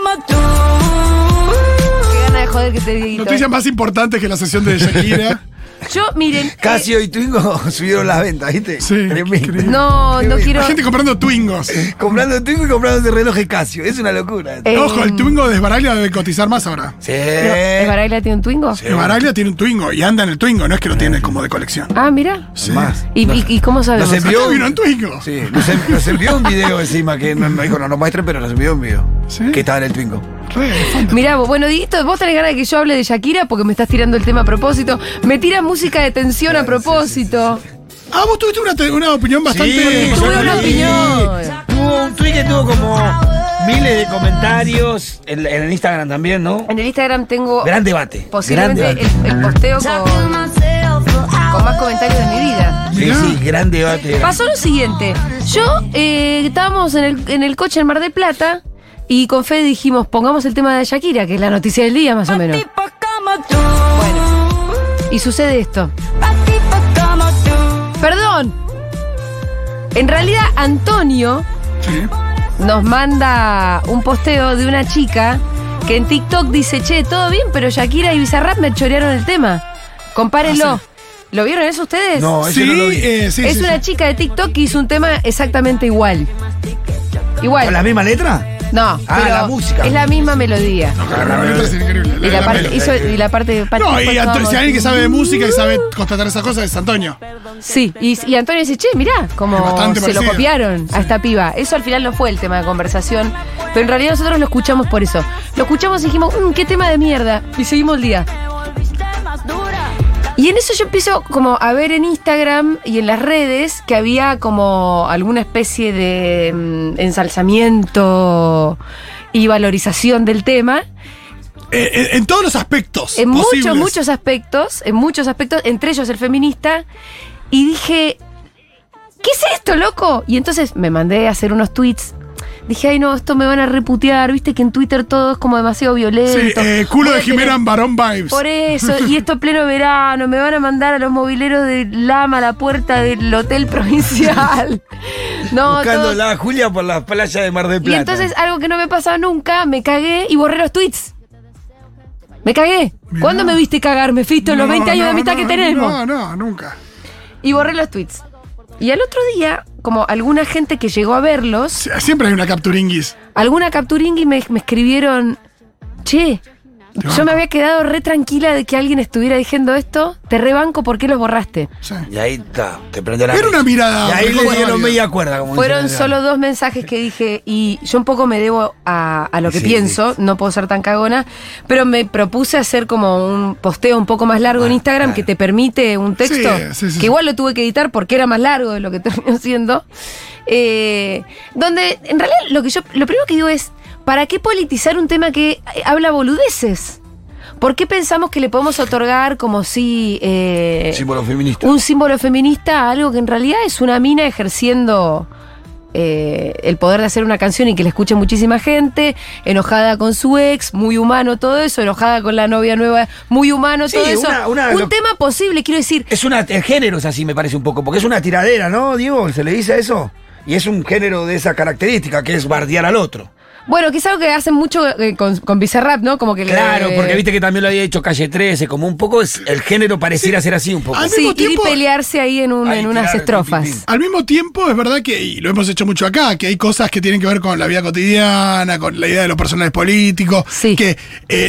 A: Qué gana de joder que te digo.
C: Noticias más importantes que la sesión de Shakira.
A: Yo, miren... eh,
B: Casio y Twingo subieron las ventas, ¿viste?
C: Sí,
B: Tremendo.
C: increíble.
A: no,
B: Qué
A: no
B: bien.
A: quiero...
C: La gente comprando Twingos.
B: Comprando Twingo y comprando relojes Casio. Es una locura.
A: Eh,
C: Ojo, el Twingo de Eh. Esbaraglia debe cotizar más ahora.
B: sí.
A: pero, ¿es Baraglia tiene un Twingo?
B: Eh.
C: Esbaraglia tiene un Twingo y anda en el Twingo, no es que lo tiene como de colección.
A: Ah, mira.
B: Más.
A: ¿Y, y, y cómo sabemos?
B: Nos envió,
C: Acá vino
B: un,
C: en Twingo.
B: sí, nos, en- nos envió un video encima que no, no dijo no nos muestren, pero nos envió un video.
C: Sí.
B: Que estaba en el Twingo.
C: Re, fondo.
A: Mirá, vos- bueno, Dieguito, vos tenés ganas de que yo hable de Shakira porque me estás tirando el tema a propósito. Me tiras música de tensión a propósito.
C: Ah, vos tuviste una, te- una opinión bastante.
B: Sí,
A: Tuve una
B: Sí.
A: opinión.
B: Tuvo un tweet que tuvo como miles de comentarios. En, en el Instagram también, ¿no?
A: En el Instagram tengo
B: Gran debate.
A: posiblemente
B: gran
A: el,
B: debate.
A: el posteo con, con más comentarios de mi vida.
B: Sí,
C: Mirá.
B: sí, gran debate.
A: Pasó lo siguiente. Yo eh, estábamos en el, en el coche en Mar del Plata y con Fede dijimos, pongamos el tema de Shakira, que es la noticia del día más o menos. Y sucede esto. Perdón. En realidad, Antonio nos manda un posteo de una chica que en TikTok dice, che, todo bien, pero Shakira y Bizarrap me chorearon el tema. Compárenlo. ¿Lo vieron eso ustedes?
B: No, eso
C: Sí,
B: no lo vi.
C: Ah, eh, sí,
A: es
C: sí,
A: una
C: sí.
A: chica de TikTok que hizo un tema exactamente igual. Igual.
B: ¿Con la misma letra?
A: no,
B: Ah,
A: pero
B: la música.
A: Es la misma melodía.
C: La verdad es increíble,
A: Y la,
C: la-
A: parte,
C: la-
A: hizo- y la parte de Patrick
C: No, y
A: fue
C: Anto-
A: todo-
C: si hay alguien que sabe de música y sabe constatar esas cosas es Antonio.
A: Sí, y, y Antonio dice, che, mirá, como
C: Es bastante
A: se lo
C: parecido.
A: copiaron a esta piba. Eso al final no fue el tema de conversación, pero en realidad nosotros lo escuchamos por eso. Lo escuchamos y dijimos, "Mm, qué tema de mierda, y seguimos el día. Y en eso yo empiezo como a ver en Instagram y en las redes que había como alguna especie de mm, ensalzamiento y valorización del tema.
C: Eh, eh, en todos los aspectos.
A: En
C: posibles.
A: muchos, muchos aspectos, en muchos aspectos, entre ellos el feminista, y dije, ¿qué es esto, loco? Y entonces me mandé a hacer unos tweets. Dije, ay no, esto me van a reputear, viste que en Twitter todo es como demasiado
C: Sí,
A: violento.
C: eh, culo
A: Voy
C: de
A: a tener-
C: Jimena en Barón Vibes.
A: Por eso, y esto en pleno verano, me van a mandar a los mobileros de Lama a la puerta del hotel provincial. No,
B: Buscando
A: todo-
B: la Julia por las playas de Mar del
A: Y
B: Plata.
A: entonces algo que no me pasaba nunca, me cagué y borré los tweets. Me cagué.
C: Mirá.
A: ¿Cuándo me viste cagarme, Fisto? En los
C: No,
A: 20 años de
C: no,
A: amistad
C: no,
A: que tenemos.
C: No, no, nunca.
A: Y borré los tweets. Y al otro día, como alguna gente que llegó a verlos,
C: Sie- Siempre hay una capturinguis.
A: alguna capturing y me, me escribieron, che, yo me había quedado re tranquila de que alguien estuviera diciendo esto, te rebanco, ¿por qué los borraste?
C: Sí.
B: Y ahí está, te prendió la
C: Era
B: mecha.
C: una mirada
B: Y ahí le
C: recontra
B: dieron
C: válida.
B: media cuerda, como
A: Fueron
B: dicen en el
A: solo dos mensajes que dije y yo un poco me debo a, a lo que
B: Sí,
A: pienso, no puedo ser tan cagona, pero me propuse hacer como un posteo un poco más largo en Instagram que te permite un texto,
C: Ah, sí, sí,
A: que
C: sí.
A: igual lo tuve que editar porque era más largo de lo que terminó siendo, eh, donde en realidad lo que yo, lo primero que digo es, ¿para qué politizar un tema que eh, habla boludeces? ¿Por qué pensamos que le podemos otorgar como si... eh,
B: Símbolo feminista.
A: un símbolo feminista a algo que en realidad es una mina ejerciendo eh, el poder de hacer una canción y que la escuche muchísima gente, enojada con su ex, muy humano todo eso, enojada con la novia nueva, muy humano
B: Sí,
A: todo eso.
B: una- una-
A: un
B: lo-
A: tema posible, quiero decir.
B: Es una, el género es así, me parece un poco, porque es una tiradera, ¿no, Diego? ¿Se le dice a eso? Y es un género de esa característica, que es bardear al otro.
A: Bueno, que es algo que hacen mucho eh, con, con Bizarrap, ¿no? Como que le-
B: Claro, porque viste que también lo había hecho Calle 13, como un poco es, el género pareciera ser así un poco.
C: Al
A: Sí,
C: mismo
A: ir y
C: tiempo-
A: pelearse ahí en, un-
B: Ahí,
A: en unas
B: tirar,
A: estrofas.
B: pim, pim,
C: Al mismo tiempo, es verdad que, y lo hemos hecho mucho acá, que hay cosas que tienen que ver con la vida cotidiana, con la idea de los personajes políticos,
A: Sí.
C: que eh,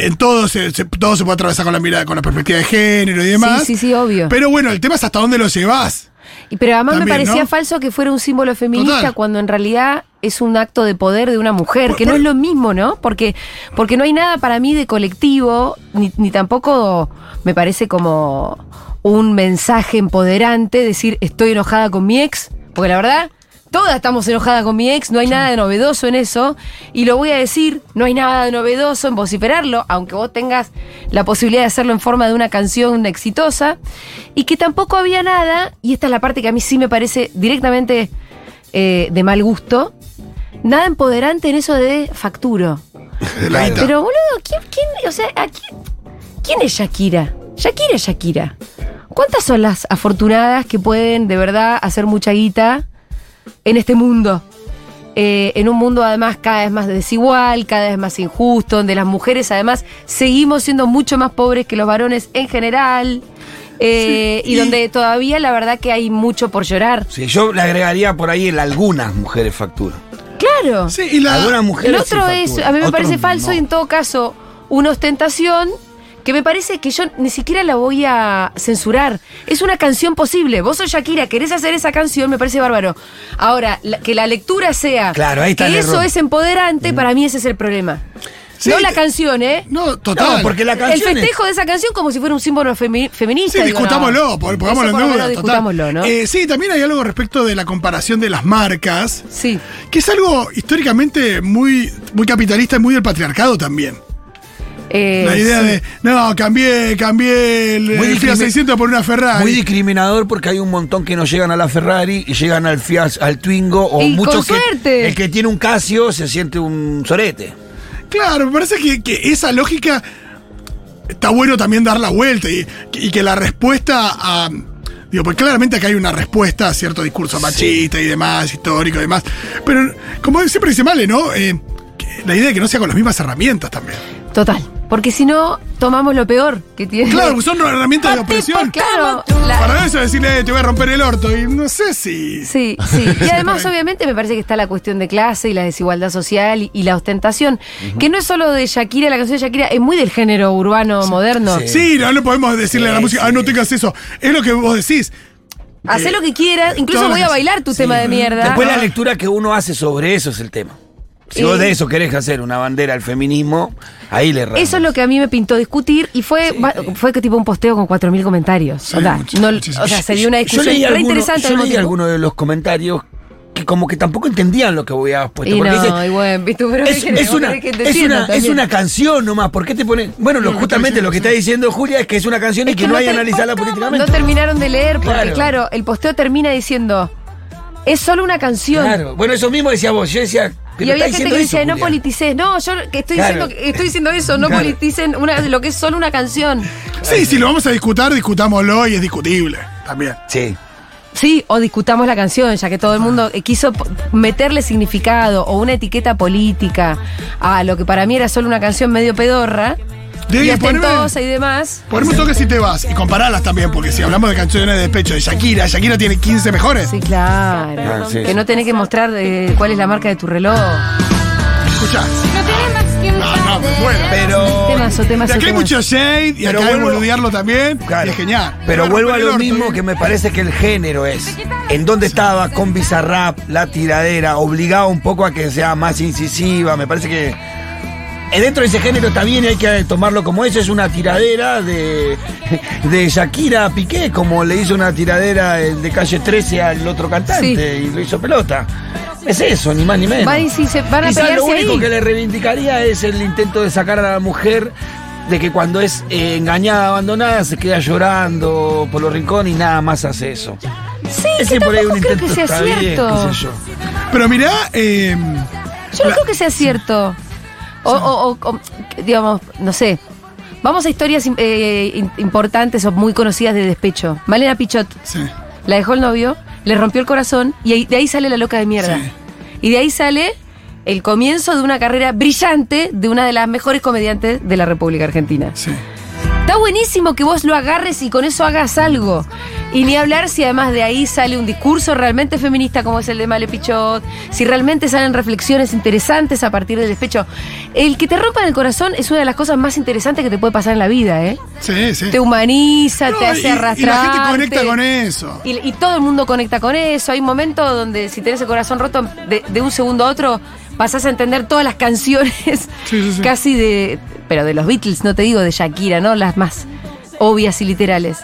C: en todo se, se- todo se puede atravesar con la mirada, con la perspectiva de género y demás.
A: Sí, sí, sí, obvio.
C: Pero bueno, el tema es hasta dónde lo llevas.
A: Y- Pero además me
C: También,
A: parecía
C: ¿no?
A: falso que fuera un símbolo feminista
C: Total.
A: cuando en realidad es un acto de poder de una mujer,
C: Por-
A: que no
C: por-
A: es lo mismo, ¿no? Porque, porque no hay nada para mí de colectivo, ni, ni tampoco me parece como un mensaje empoderante decir estoy enojada con mi ex, porque la verdad... Todas estamos enojadas con mi ex, no hay nada de novedoso en eso. Y lo voy a decir, no hay nada de novedoso en vociferarlo, aunque vos tengas la posibilidad de hacerlo en forma de una canción exitosa. Y que tampoco había nada, y esta es la parte que a mí sí me parece directamente eh, de mal gusto, nada empoderante en eso de facturo.
C: De eh, la guita.
A: Pero boludo, ¿quién, quién, o sea, ¿a quién, quién es Shakira? Shakira es Shakira. ¿Cuántas son las afortunadas que pueden de verdad hacer mucha guita en este mundo? Eh, en un mundo además cada vez más desigual, cada vez más injusto, donde las mujeres además seguimos siendo mucho más pobres que los varones en general, eh, y, donde todavía la verdad que hay mucho por llorar.
B: Sí, yo le agregaría por ahí el algunas mujeres factura.
A: Claro.
C: Sí, y la-
B: Algunas mujeres
A: El
B: sí
A: otro es,
B: facturan,
A: a mí me
B: otros
A: parece falso
B: no.
A: y en todo caso una ostentación que me parece que yo ni siquiera la voy a censurar. Es una canción posible. Vos sos Shakira, querés hacer esa canción, me parece bárbaro. Ahora, la- que la lectura sea
B: Claro, ahí está
A: que
B: el
A: eso
B: error.
A: es empoderante, para mí ese es el problema.
C: Sí,
A: no la
C: te-
A: canción, ¿eh?
C: No, total.
B: No, porque la
A: El
B: canción es-
A: festejo de esa canción como si fuera un símbolo femi- feminista.
C: Sí,
A: digo, no.
C: discutámoslo, pon-
A: Eso
C: pongámoslo en
A: por lo
C: duda.
A: menos
C: total.
A: discutámoslo, ¿no?
C: Eh, sí, también hay algo respecto de la comparación de las marcas,
A: sí.
C: que es algo históricamente muy, muy capitalista y muy del patriarcado también.
A: Eh,
C: La idea de, no, cambié, cambié el,
B: Muy
C: el Fiat
B: discrimi-
C: 600 por una Ferrari.
B: Muy discriminador porque hay un montón que no llegan a la Ferrari y llegan al Fiat, al Twingo o
A: Y
B: muchos
A: con suerte.
B: que el que tiene un Casio se siente un sorete.
C: Claro, me parece que, que esa lógica está bueno también dar la vuelta y, y que la respuesta a. Digo, pues claramente acá hay una respuesta a cierto discurso machista y demás, histórico y demás. Pero, como siempre dice Male, ¿no? Eh, que la idea de que no sea con las mismas herramientas también.
A: Total. Porque si no, tomamos lo peor que tiene.
C: Claro, porque son herramientas
B: Ah,
C: de opresión.
A: pues, Claro, la-
C: Para eso decirle, "Eh, te voy a romper el orto. Y no sé si.
A: Sí, sí. Y además, obviamente, me parece que está la cuestión de clase y la desigualdad social y, y la ostentación, que no es solo de Shakira, la canción de Shakira, es muy del género urbano moderno.
B: sí.
C: Sí, no, no podemos decirle a la música, ah, no tengas eso. Es lo que vos decís.
A: Hacé lo que quieras, incluso
C: todas
A: voy a
C: las-
A: bailar tu tema de mierda.
B: Mm. Después la lectura que uno hace sobre eso es el tema. Si
A: Y-
B: vos de eso querés hacer una bandera al feminismo, ahí le erramos.
A: Eso es lo que a mí me pintó discutir y fue va- fue que tipo un posteo con 4.000 comentarios.
C: Sí,
A: Onda,
C: mucho-
A: no-
C: muchísimo.
A: o sea, se dio una
B: Yo
A: discusión
B: leí,
A: re
B: algunos,
A: interesante. al
B: yo
A: mismo
B: leí
A: tiempo.
B: algunos de los comentarios que como que tampoco entendían lo que voy a puesto.
A: Y
B: porque
A: no,
B: dice,
A: y bueno, viste, pero
B: es,
A: ¿qué querés?
B: es
A: Vos
B: una,
A: querés que te
B: es,
A: entiendan
B: una, es
A: también.
B: una canción nomás. ¿Por qué te ponen? Bueno, lo- justamente lo que está diciendo Julia es que es una canción y
A: Es
B: que, no hay que
A: ter-
B: analizarla políticamente.
A: No terminaron de leer porque,
B: Claro.
A: claro, el posteo termina diciendo, es solo una canción.
B: Claro. Bueno, eso mismo decía vos. Yo decía. pero
A: Y había
B: está
A: gente
B: diciendo
A: que decía,
B: eso,
A: no
B: Julia".
A: politicés, no, yo que estoy,
B: Claro.
A: diciendo, que- estoy diciendo eso, no
B: Claro.
A: politicen una, lo que es solo una canción.
C: Sí, si lo vamos a discutar, discutámoslo y es discutible también.
B: Sí.
A: Sí, o discutamos la canción, ya que todo el mundo eh, quiso p- meterle significado o una etiqueta política a lo que para mí era solo una canción medio pedorra.
C: De
A: y
C: poneme-
A: atentosa y demás.
C: Ponemos un toque si te vas y comparalas también, porque si hablamos de canciones de despecho de Shakira, Shakira tiene 15 mejores.
A: Sí, claro.
B: Ah, sí,
A: que
B: sí.
A: no tenés que mostrar eh, cuál es la marca de tu reloj.
C: Escuchá. No, no, me muero.
B: Pero.
A: Temazo, temazo,
C: Y acá hay
A: temazo.
C: mucho shade y
B: Pero
C: acá hay
B: vuelvo-
C: boludearlo también.
B: Claro.
C: Y es genial.
B: Pero
C: Claro,
B: vuelvo a
C: el
B: lo
C: orto. ¿eh?
B: mismo que me parece que el género es. En dónde estaba con Bizarrap, la tiradera, obligado un poco a que sea más incisiva. Me parece que eh, dentro de ese género está bien y hay que tomarlo como eso. Es una tiradera de, de Shakira a Piqué, como le hizo una tiradera el de calle 13 al otro cantante y lo hizo pelota. Es eso, ni más ni menos.
A: Van y si se- van a
B: Quizás lo
A: pelearse
B: único
A: ahí.
B: que le reivindicaría es el intento de sacar a la mujer de que cuando es eh, engañada, abandonada, se queda llorando por los rincones y nada más hace eso.
A: Sí,
B: Ese
A: que
B: por ahí
A: tampoco
B: un
A: creo
B: intento
A: que sea
B: está bien,
A: cierto.
B: qué sé yo.
C: Pero mirá, eh,
A: Yo no creo que sea cierto. O, o- o- o, digamos, no sé. Vamos a historias eh, in- importantes o muy conocidas de despecho. Malena Pichot
C: sí.
A: la dejó el novio, le rompió el corazón y ahí- de ahí sale la loca de mierda.
C: Sí.
A: Y de ahí sale el comienzo de una carrera brillante de una de las mejores comediantes de la República Argentina.
C: sí.
A: Está buenísimo que vos lo agarres y con eso hagas algo. Y ni hablar si además de ahí sale un discurso realmente feminista como es el de Male Pichot, si realmente salen reflexiones interesantes a partir del despecho. El que te rompa el corazón es una de las cosas más interesantes que te puede pasar en la vida, ¿eh?
C: Sí, sí.
A: Te humaniza,
C: No,
A: te
C: y-
A: hace
C: y
A: arrastrar.
C: la gente conecta con eso.
A: Y, y todo el mundo conecta con eso. Hay momentos donde si tenés el corazón roto, de, de un segundo a otro, pasás a entender todas las canciones
C: sí, sí.
A: casi de... Pero de los Beatles, no te digo de Shakira, ¿no? Las más obvias y literales.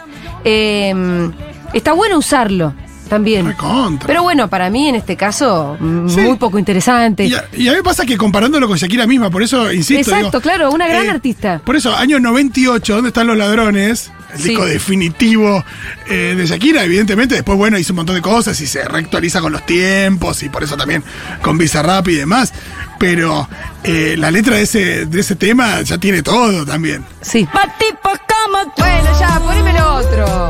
A: Eh, está bueno usarlo también.
C: Recontra.
A: Pero bueno, para mí en este caso, mm,
C: Sí.
A: muy poco interesante.
C: Y a, y a mí me pasa que comparándolo con Shakira misma, por eso insisto.
A: Exacto,
C: digo, eh,
A: claro, una gran artista.
C: Por eso, año 98, ¿dónde están los ladrones? El
A: Sí.
C: disco definitivo eh, de Shakira, evidentemente. Después, bueno, hizo un montón de cosas y se reactualiza con los tiempos y por eso también con Bizarrap y demás. Pero eh, la letra de ese, de ese tema ya tiene todo también.
A: Sí.
E: Pa' tipos como tú.
A: Bueno, ya, ponémelo otro.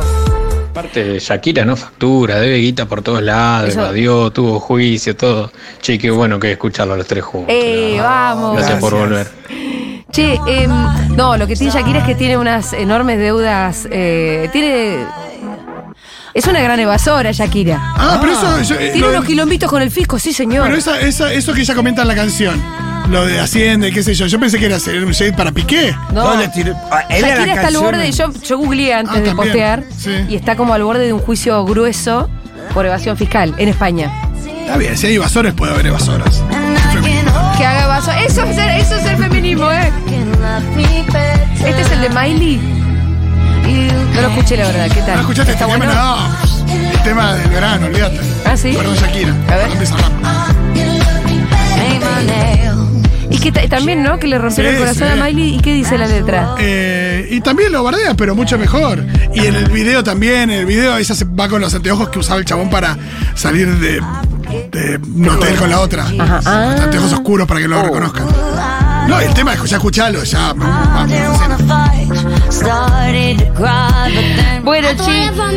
F: Aparte, Shakira no factura, debe guita por todos lados,
A: Eso-
F: evadió, tuvo juicio, todo. Che, qué bueno que escucharlo a los tres juntos.
A: Eh, vamos.
F: Gracias por volver.
A: Che, em, no, lo que tiene Shakira es que tiene unas enormes deudas. eh, tiene. Es una gran evasora, Shakira.
C: Ah, pero eso. yo- eh,
A: Tiene
C: lo-
A: unos quilombitos con el fisco, sí, señor.
C: Pero esa, esa- eso que ya comenta en la canción, lo de Hacienda y qué sé yo, yo pensé que era hacer un shade para Piqué.
A: no.
B: No, le tiró- ah, era la
A: Shakira está al
B: canción-
A: borde, yo, yo googleé antes
C: Ah,
A: de
C: también,
A: postear,
C: sí.
A: y está como al borde de un juicio grueso por evasión fiscal en España.
C: Está bien, si hay evasores, puede haber evasoras.
A: Que haga evasor. Eso es ser, eso es el feminismo, ¿eh? Este es el de Miley. No lo escuché, la verdad, ¿qué tal?
C: ¿No escuchaste este
A: ¿Está
C: tema?
A: bueno?
C: No, el tema del verano, olvídate.
A: Ah, ¿sí?
C: Perdón, Shakira.
A: A ver.
C: Perdón, Bizarrap.
A: Y que ta- también, ¿no? Que le rompió el
C: Sí,
A: corazón
C: sí.
A: a Miley. ¿Y qué dice la letra?
C: Eh, y también lo bardea, pero mucho mejor. Y en el video también, en el video ella se va con los anteojos que usaba el chabón para salir de, de un hotel con la otra.
A: Ajá. Oh. Ah.
C: Anteojos oscuros para que lo reconozcan. No, el tema es que ya escuchalo, ya. vamos, sí.
A: Bueno, chicos,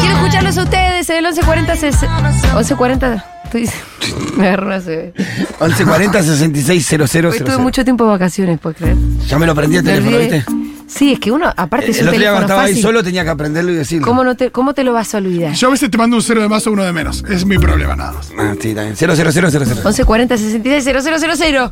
A: quiero escucharlos a ustedes en el 1140. ses- 1140. Estoy- Me agarró una CB.
B: 1140 6600.
A: Hoy tuve mucho tiempo de vacaciones, ¿puedes creer?
B: Ya me lo prendí el
A: Me
B: teléfono,
A: olvidé.
B: ¿viste?
A: Sí, es que uno, aparte, es
B: Eh, El
A: un
B: otro día
A: este teléfono
B: cuando estaba ahí
A: fácil.
B: solo tenía que aprenderlo y decirlo.
A: ¿Cómo, no te, ¿Cómo te lo vas a olvidar?
C: Yo a veces te mando un cero de más o uno de menos. Es mi problema nada más.
B: Ah, sí, también. 00000.
A: 1140 66 0000.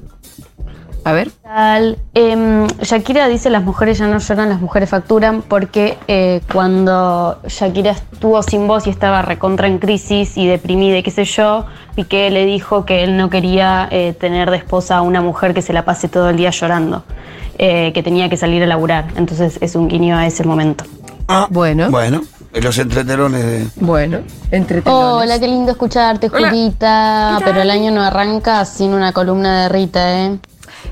A: A ver.
G: tal? Em, Shakira dice las mujeres ya no lloran, las mujeres facturan, porque eh, cuando Shakira estuvo sin voz y estaba recontra en crisis y deprimida y qué sé yo, Piqué le dijo que él no quería eh, tener de esposa a una mujer que se la pase todo el día llorando, eh, que tenía que salir a laburar. Entonces es un guiño a ese momento.
B: Ah,
A: Bueno.
B: Bueno, en los entretelones de.
A: Bueno, entretenido.
G: Hola, qué lindo escucharte,
A: Hola.
G: Julita. Pero el año no arranca sin una columna de Rita, ¿eh?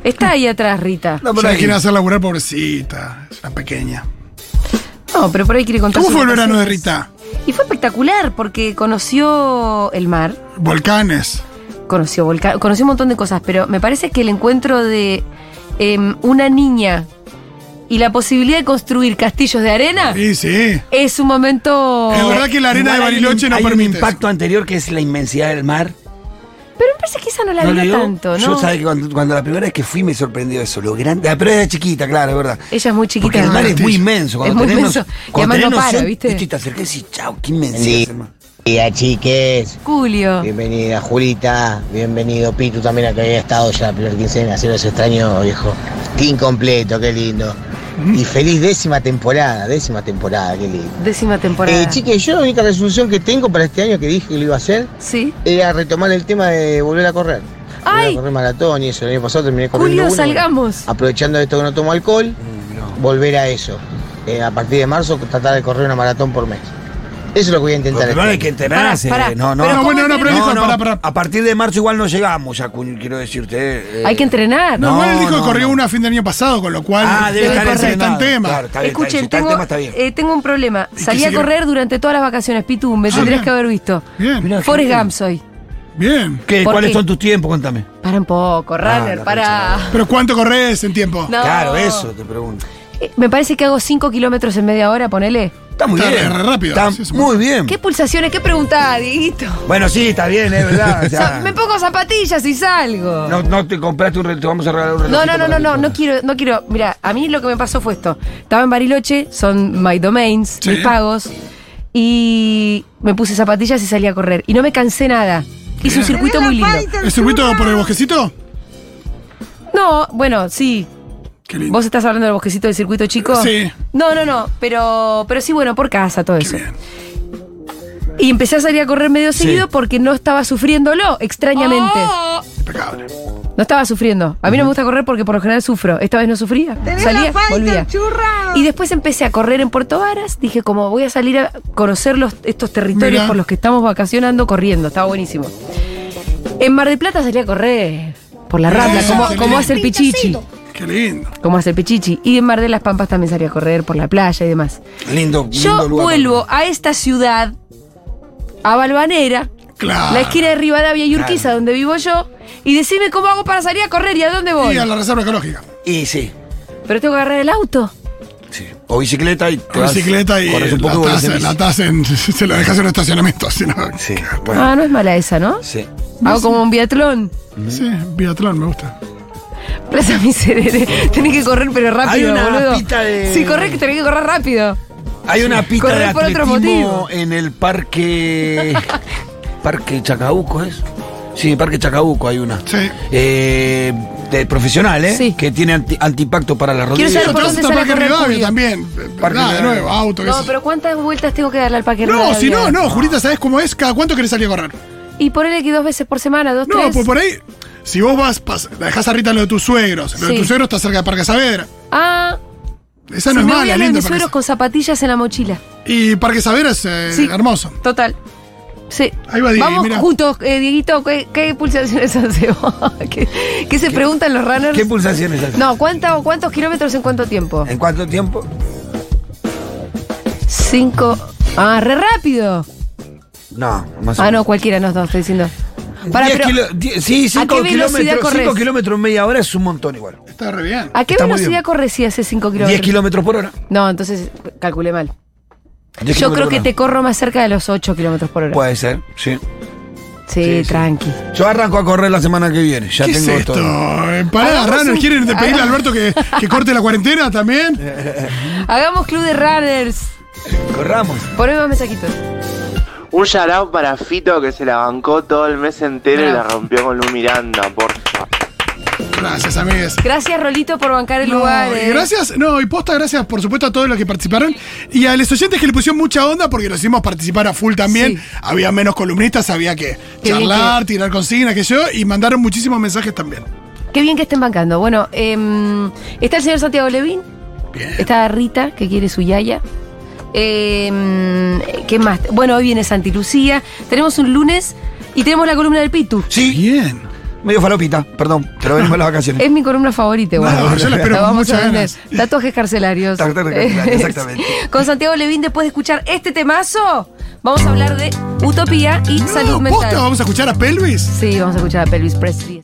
A: Está ahí atrás, Rita.
B: No, por
C: Ya
B: ahí.
C: quieren hacer laburar, pobrecita. Es una pequeña.
A: No, pero por ahí quiere contar.
C: ¿Cómo
A: sus
C: fue el verano de
A: vacaciones.
C: Rita?
A: Y fue espectacular porque conoció el mar,
C: Volcanes.
A: conoció volca- conoció un montón de cosas, pero me parece que el encuentro de em, una niña y la posibilidad de construir castillos de arena
C: Sí, sí.
A: es un momento.
C: Es verdad que la arena de
B: Igual hay un-
C: Bariloche no
B: hay un
C: permite. eso.
B: impacto anterior que es la inmensidad del mar.
A: Pero me parece que esa no la
B: ¿No
A: vio
B: leo?
A: tanto,
B: Yo
A: ¿no?
B: sabía que cuando, cuando la primera vez que fui me sorprendió eso, lo grande. Ah, pero era chiquita, claro, es verdad.
A: Ella es muy chiquita.
B: Porque el mar es
C: Castillo.
B: muy inmenso. Cuando
A: Es muy
B: tenés
A: inmenso.
B: noción-
A: Y
B: Cuando
A: además
B: tenés
A: no para,
B: noción,
A: ¿viste?
B: viste, Y te acercás y decís, chau, qué inmensidad,
H: Sí.
B: hermano.
H: Bienvenida, chiques.
A: Julio.
H: Bienvenida, Julita. Bienvenido, Pitu, también a que había estado ya la primera quincena. Se los extraño, viejo. Qué incompleto, qué lindo. Y feliz décima temporada, décima temporada, qué lindo.
A: Décima temporada.
H: Eh, chiques, yo la única resolución que tengo para este año que dije que lo iba a hacer
A: Sí.
H: era retomar el tema de volver a correr. Volver
A: ¡Ay!
H: a correr maratón y eso. El año pasado terminé corriendo.
A: Julio,
H: uno.
A: salgamos.
H: Aprovechando esto que no tomo alcohol, volver a eso. Eh, a partir de marzo, tratar de correr una maratón por mes. Eso es lo que voy a
B: Pero
H: intentar.
B: primero
H: este
B: hay que
H: año.
B: entrenarse.
A: Pará, pará.
B: No, no.
A: Pero
C: No,
A: ¿cómo
C: bueno, no, pero él
A: entrenás?
C: dijo,
B: no,
C: pará,
B: no,
C: pará.
B: A partir de marzo igual no llegamos, ya, cu- quiero decirte. eh,
A: Hay que entrenar.
C: No,
B: No,
C: igual él dijo
B: no,
C: que corrió
B: no.
C: una a fin del año pasado, con lo cual
B: Ah,
A: Debe
B: debe estar
A: correr.
C: está en
B: entrenado.
C: tema.
B: Claro, está bien, está bien. Si
A: Escuchen,
B: está en
A: tengo,
B: tema, está bien.
A: eh, tengo un problema.
C: que
A: Salí a
C: sí que-
A: correr durante todas las vacaciones, Pitu, me
C: Ah,
A: tendrías
C: bien.
A: que haber visto.
C: Bien,
B: Mirá,
A: Forrest
B: qué
A: Gump soy.
C: bien.
B: ¿Qué?
A: ¿Por
B: ¿Cuáles
A: qué?
B: son tus tiempos? Contame.
A: Para un poco, runner,
B: Ah, la
A: para.
C: Pero ¿cuánto corres en tiempo?
A: No.
B: Claro, eso te pregunto.
A: Eh, Me parece que hago 5 kilómetros en media hora, ponele.
B: Está muy
C: Está
B: bien.
C: re rápido,
B: Está
C: sí, es un-
B: muy bien.
A: ¿Qué pulsaciones? ¿Qué preguntaba, Dieguito?
B: Bueno, sí, está bien, es verdad. o sea,
A: Sa- me pongo zapatillas y salgo.
B: no, no te compraste un reloj, te vamos a regalar un reloj.
A: No, no, no, no, no, no quiero, no quiero. Mira, a mí lo que me pasó fue esto. Estaba en Bariloche, son my domains,
C: Sí.
A: mis pagos, y me puse zapatillas y salí a correr. Y no me cansé nada. Hice un circuito muy lindo.
C: ¿El circuito por el bosquecito?
A: No, bueno, sí.
C: Qué lindo.
A: ¿Vos estás hablando del bosquecito del circuito chico?
C: Sí.
A: No, no, no, pero, pero sí, bueno, por casa, todo eso.
C: bien.
A: Y empecé a salir a correr medio seguido porque no estaba sufriéndolo, extrañamente.
C: Impecable.
A: No estaba sufriendo. A mí no me gusta correr porque por lo general sufro. Esta vez no sufría. Salía, volvía. Y después empecé a correr en Puerto Varas. Dije, como voy a salir a conocer los, estos territorios
C: Mirá.
A: por los que estamos vacacionando corriendo. Estaba buenísimo. En Mar del Plata salí a correr por la rambla,
C: Ah,
A: como,
C: qué
A: como
C: lindo.
A: hace el pichichi.
C: Qué lindo.
A: Como hace el pichichi. Y en Mar de las Pampas también salí a correr por la playa y demás.
B: Lindo, lindo
A: Yo
B: lugar.
A: vuelvo a esta ciudad, a Balvanera,
C: Claro.
A: la esquina de Rivadavia y Urquiza,
B: Ah. Claro.
A: donde vivo yo, y decime cómo hago para salir a correr y a dónde voy.
C: Y a la reserva ecológica.
B: Y sí,
A: Pero tengo que agarrar el auto.
B: sí. O bicicleta y te vas-
C: Bicicleta y
B: corres un poco
C: la
B: volvés en
C: tasa, la
B: bici.
C: tasa en- se la dejas en el estacionamiento. si no-
B: Sí, bueno,
A: Ah, no es mala esa, ¿no?
B: sí.
A: Hago como un biatlón.
C: Sí, biatlón, me gusta.
A: Plaza Miserere. Tenés que correr, pero rápido,
B: Hay una
A: boludo.
B: pista de-
A: Si corres, que tenés que correr rápido.
B: Hay una pista
A: Correr
B: de
A: por otro motivo.
B: atletismo en el parque. parque Chacabuco, ¿es? Sí, Parque Chacabuco hay una.
C: Sí.
B: Eh, de profesional, ¿eh?
A: Sí.
B: que tiene anti- antipacto para las
A: Quiero
B: rodillas.
A: saber por
C: Pero
A: dónde
C: está
A: sale a
C: Parque
A: correr
C: Rivadavia
A: Julio.
C: también.
B: Parque
C: Nada, de
B: Rivadavia.
C: nuevo, auto, qué
A: No,
C: sé yo.
A: pero ¿cuántas vueltas tengo que darle al parque
C: No,
A: Rivadavia?
C: si no, no, Julita, ¿sabes cómo es? ¿Cada cuánto querés salir a correr?
A: Y ponele que dos veces por semana, dos,
C: No,
A: tres.
C: pues por ahí, si vos vas, pas- la dejás a Rita en lo de tus suegros. Lo de
A: Sí.
C: tus suegros está cerca de Parque Saavedra.
A: Ah,
C: Esa
A: si
C: no es
A: me voy a
C: mala,
A: los
C: lindo.
A: mis
C: Parque
A: suegros con zapatillas en la mochila.
C: Sa- Y Parque Saavedra es eh,
A: Sí.
C: hermoso.
A: Total. Sí.
C: Ahí va Diego,
A: Vamos
C: mirá.
A: juntos, eh, Dieguito, ¿qué, qué pulsaciones hace vos? ¿Qué, qué se preguntan los runners?
B: ¿Qué pulsaciones hace?
A: no, ¿cuánta, o ¿cuántos kilómetros en cuánto
C: Eh.
A: tiempo?
B: ¿En cuánto tiempo?
A: Cinco. Ah, re rápido.
B: No, más o
A: Ah, no,
B: menos.
A: cualquiera de los dos, estoy diciendo. Pará,
B: 10
A: pero,
B: kilo- die- sí,
A: ¿a qué
B: 5
A: velocidad
B: kilómetros,
A: corres?
B: cinco kilómetros en media hora es un montón igual.
C: Está re bien.
A: ¿a qué
B: Está muy
A: velocidad
B: bien.
A: corres si haces 5 kilómetros?
B: 10 kilómetros por hora.
A: No, entonces calculé mal.
B: 10
A: Yo
B: kilómetros
A: creo que
B: por
A: te corro más cerca de los 8 kilómetros por hora.
B: hora. Puede ser, sí.
A: sí,
B: sí, sí.
A: tranqui.
B: Yo arranco a correr la semana que viene. Ya
C: ¿Qué es
B: tengo
C: esto?
B: todo.
C: Eh, Pará,
A: Hagamos
C: Runner,
A: un-
C: ¿quieren de pedirle a
A: hagamos-
C: Alberto que, que corte la cuarentena
B: Eh.
C: también?
A: Hagamos club de runners.
B: Corramos.
A: Poneme más mensajitos.
I: Un shout out para Fito que se la bancó todo el mes entero y la
A: Bravo.
I: rompió con Lu Miranda, porfa.
C: Gracias, amigues.
A: Gracias, Rolito, por bancar el
C: No,
A: lugar.
C: y
A: eh.
C: gracias, no, y posta, gracias por supuesto a todos los que participaron y a los oyentes que le pusieron mucha onda porque los hicimos participar a full también.
A: Sí.
C: Había menos columnistas, había que
A: Qué bien
C: charlar, tirar consignas, que yo, y mandaron muchísimos mensajes también.
A: Qué bien que estén bancando. Bueno, em, está el señor Santiago Levín. Está Rita, que quiere su yaya. Em, ¿Qué más? Bueno, hoy viene Santi Lucía. Tenemos un lunes y tenemos la columna del Pitu.
B: Sí,
C: Bien.
B: medio falopita, perdón, pero venimos a las vacaciones.
A: Es mi columna favorita, igual.
C: No, yo la espero
A: La
C: con
A: vamos a
C: muchas
A: vender.
C: ganas.
A: Tatuajes carcelarios.
B: Tatuajes carcelarios, exactamente.
A: Con Santiago Levín, después de escuchar este temazo, vamos a hablar de utopía y
C: No,
A: salud
C: posta,
A: mental.
C: vamos a escuchar a Pelvis.
A: Sí, vamos a escuchar a Pelvis Presley.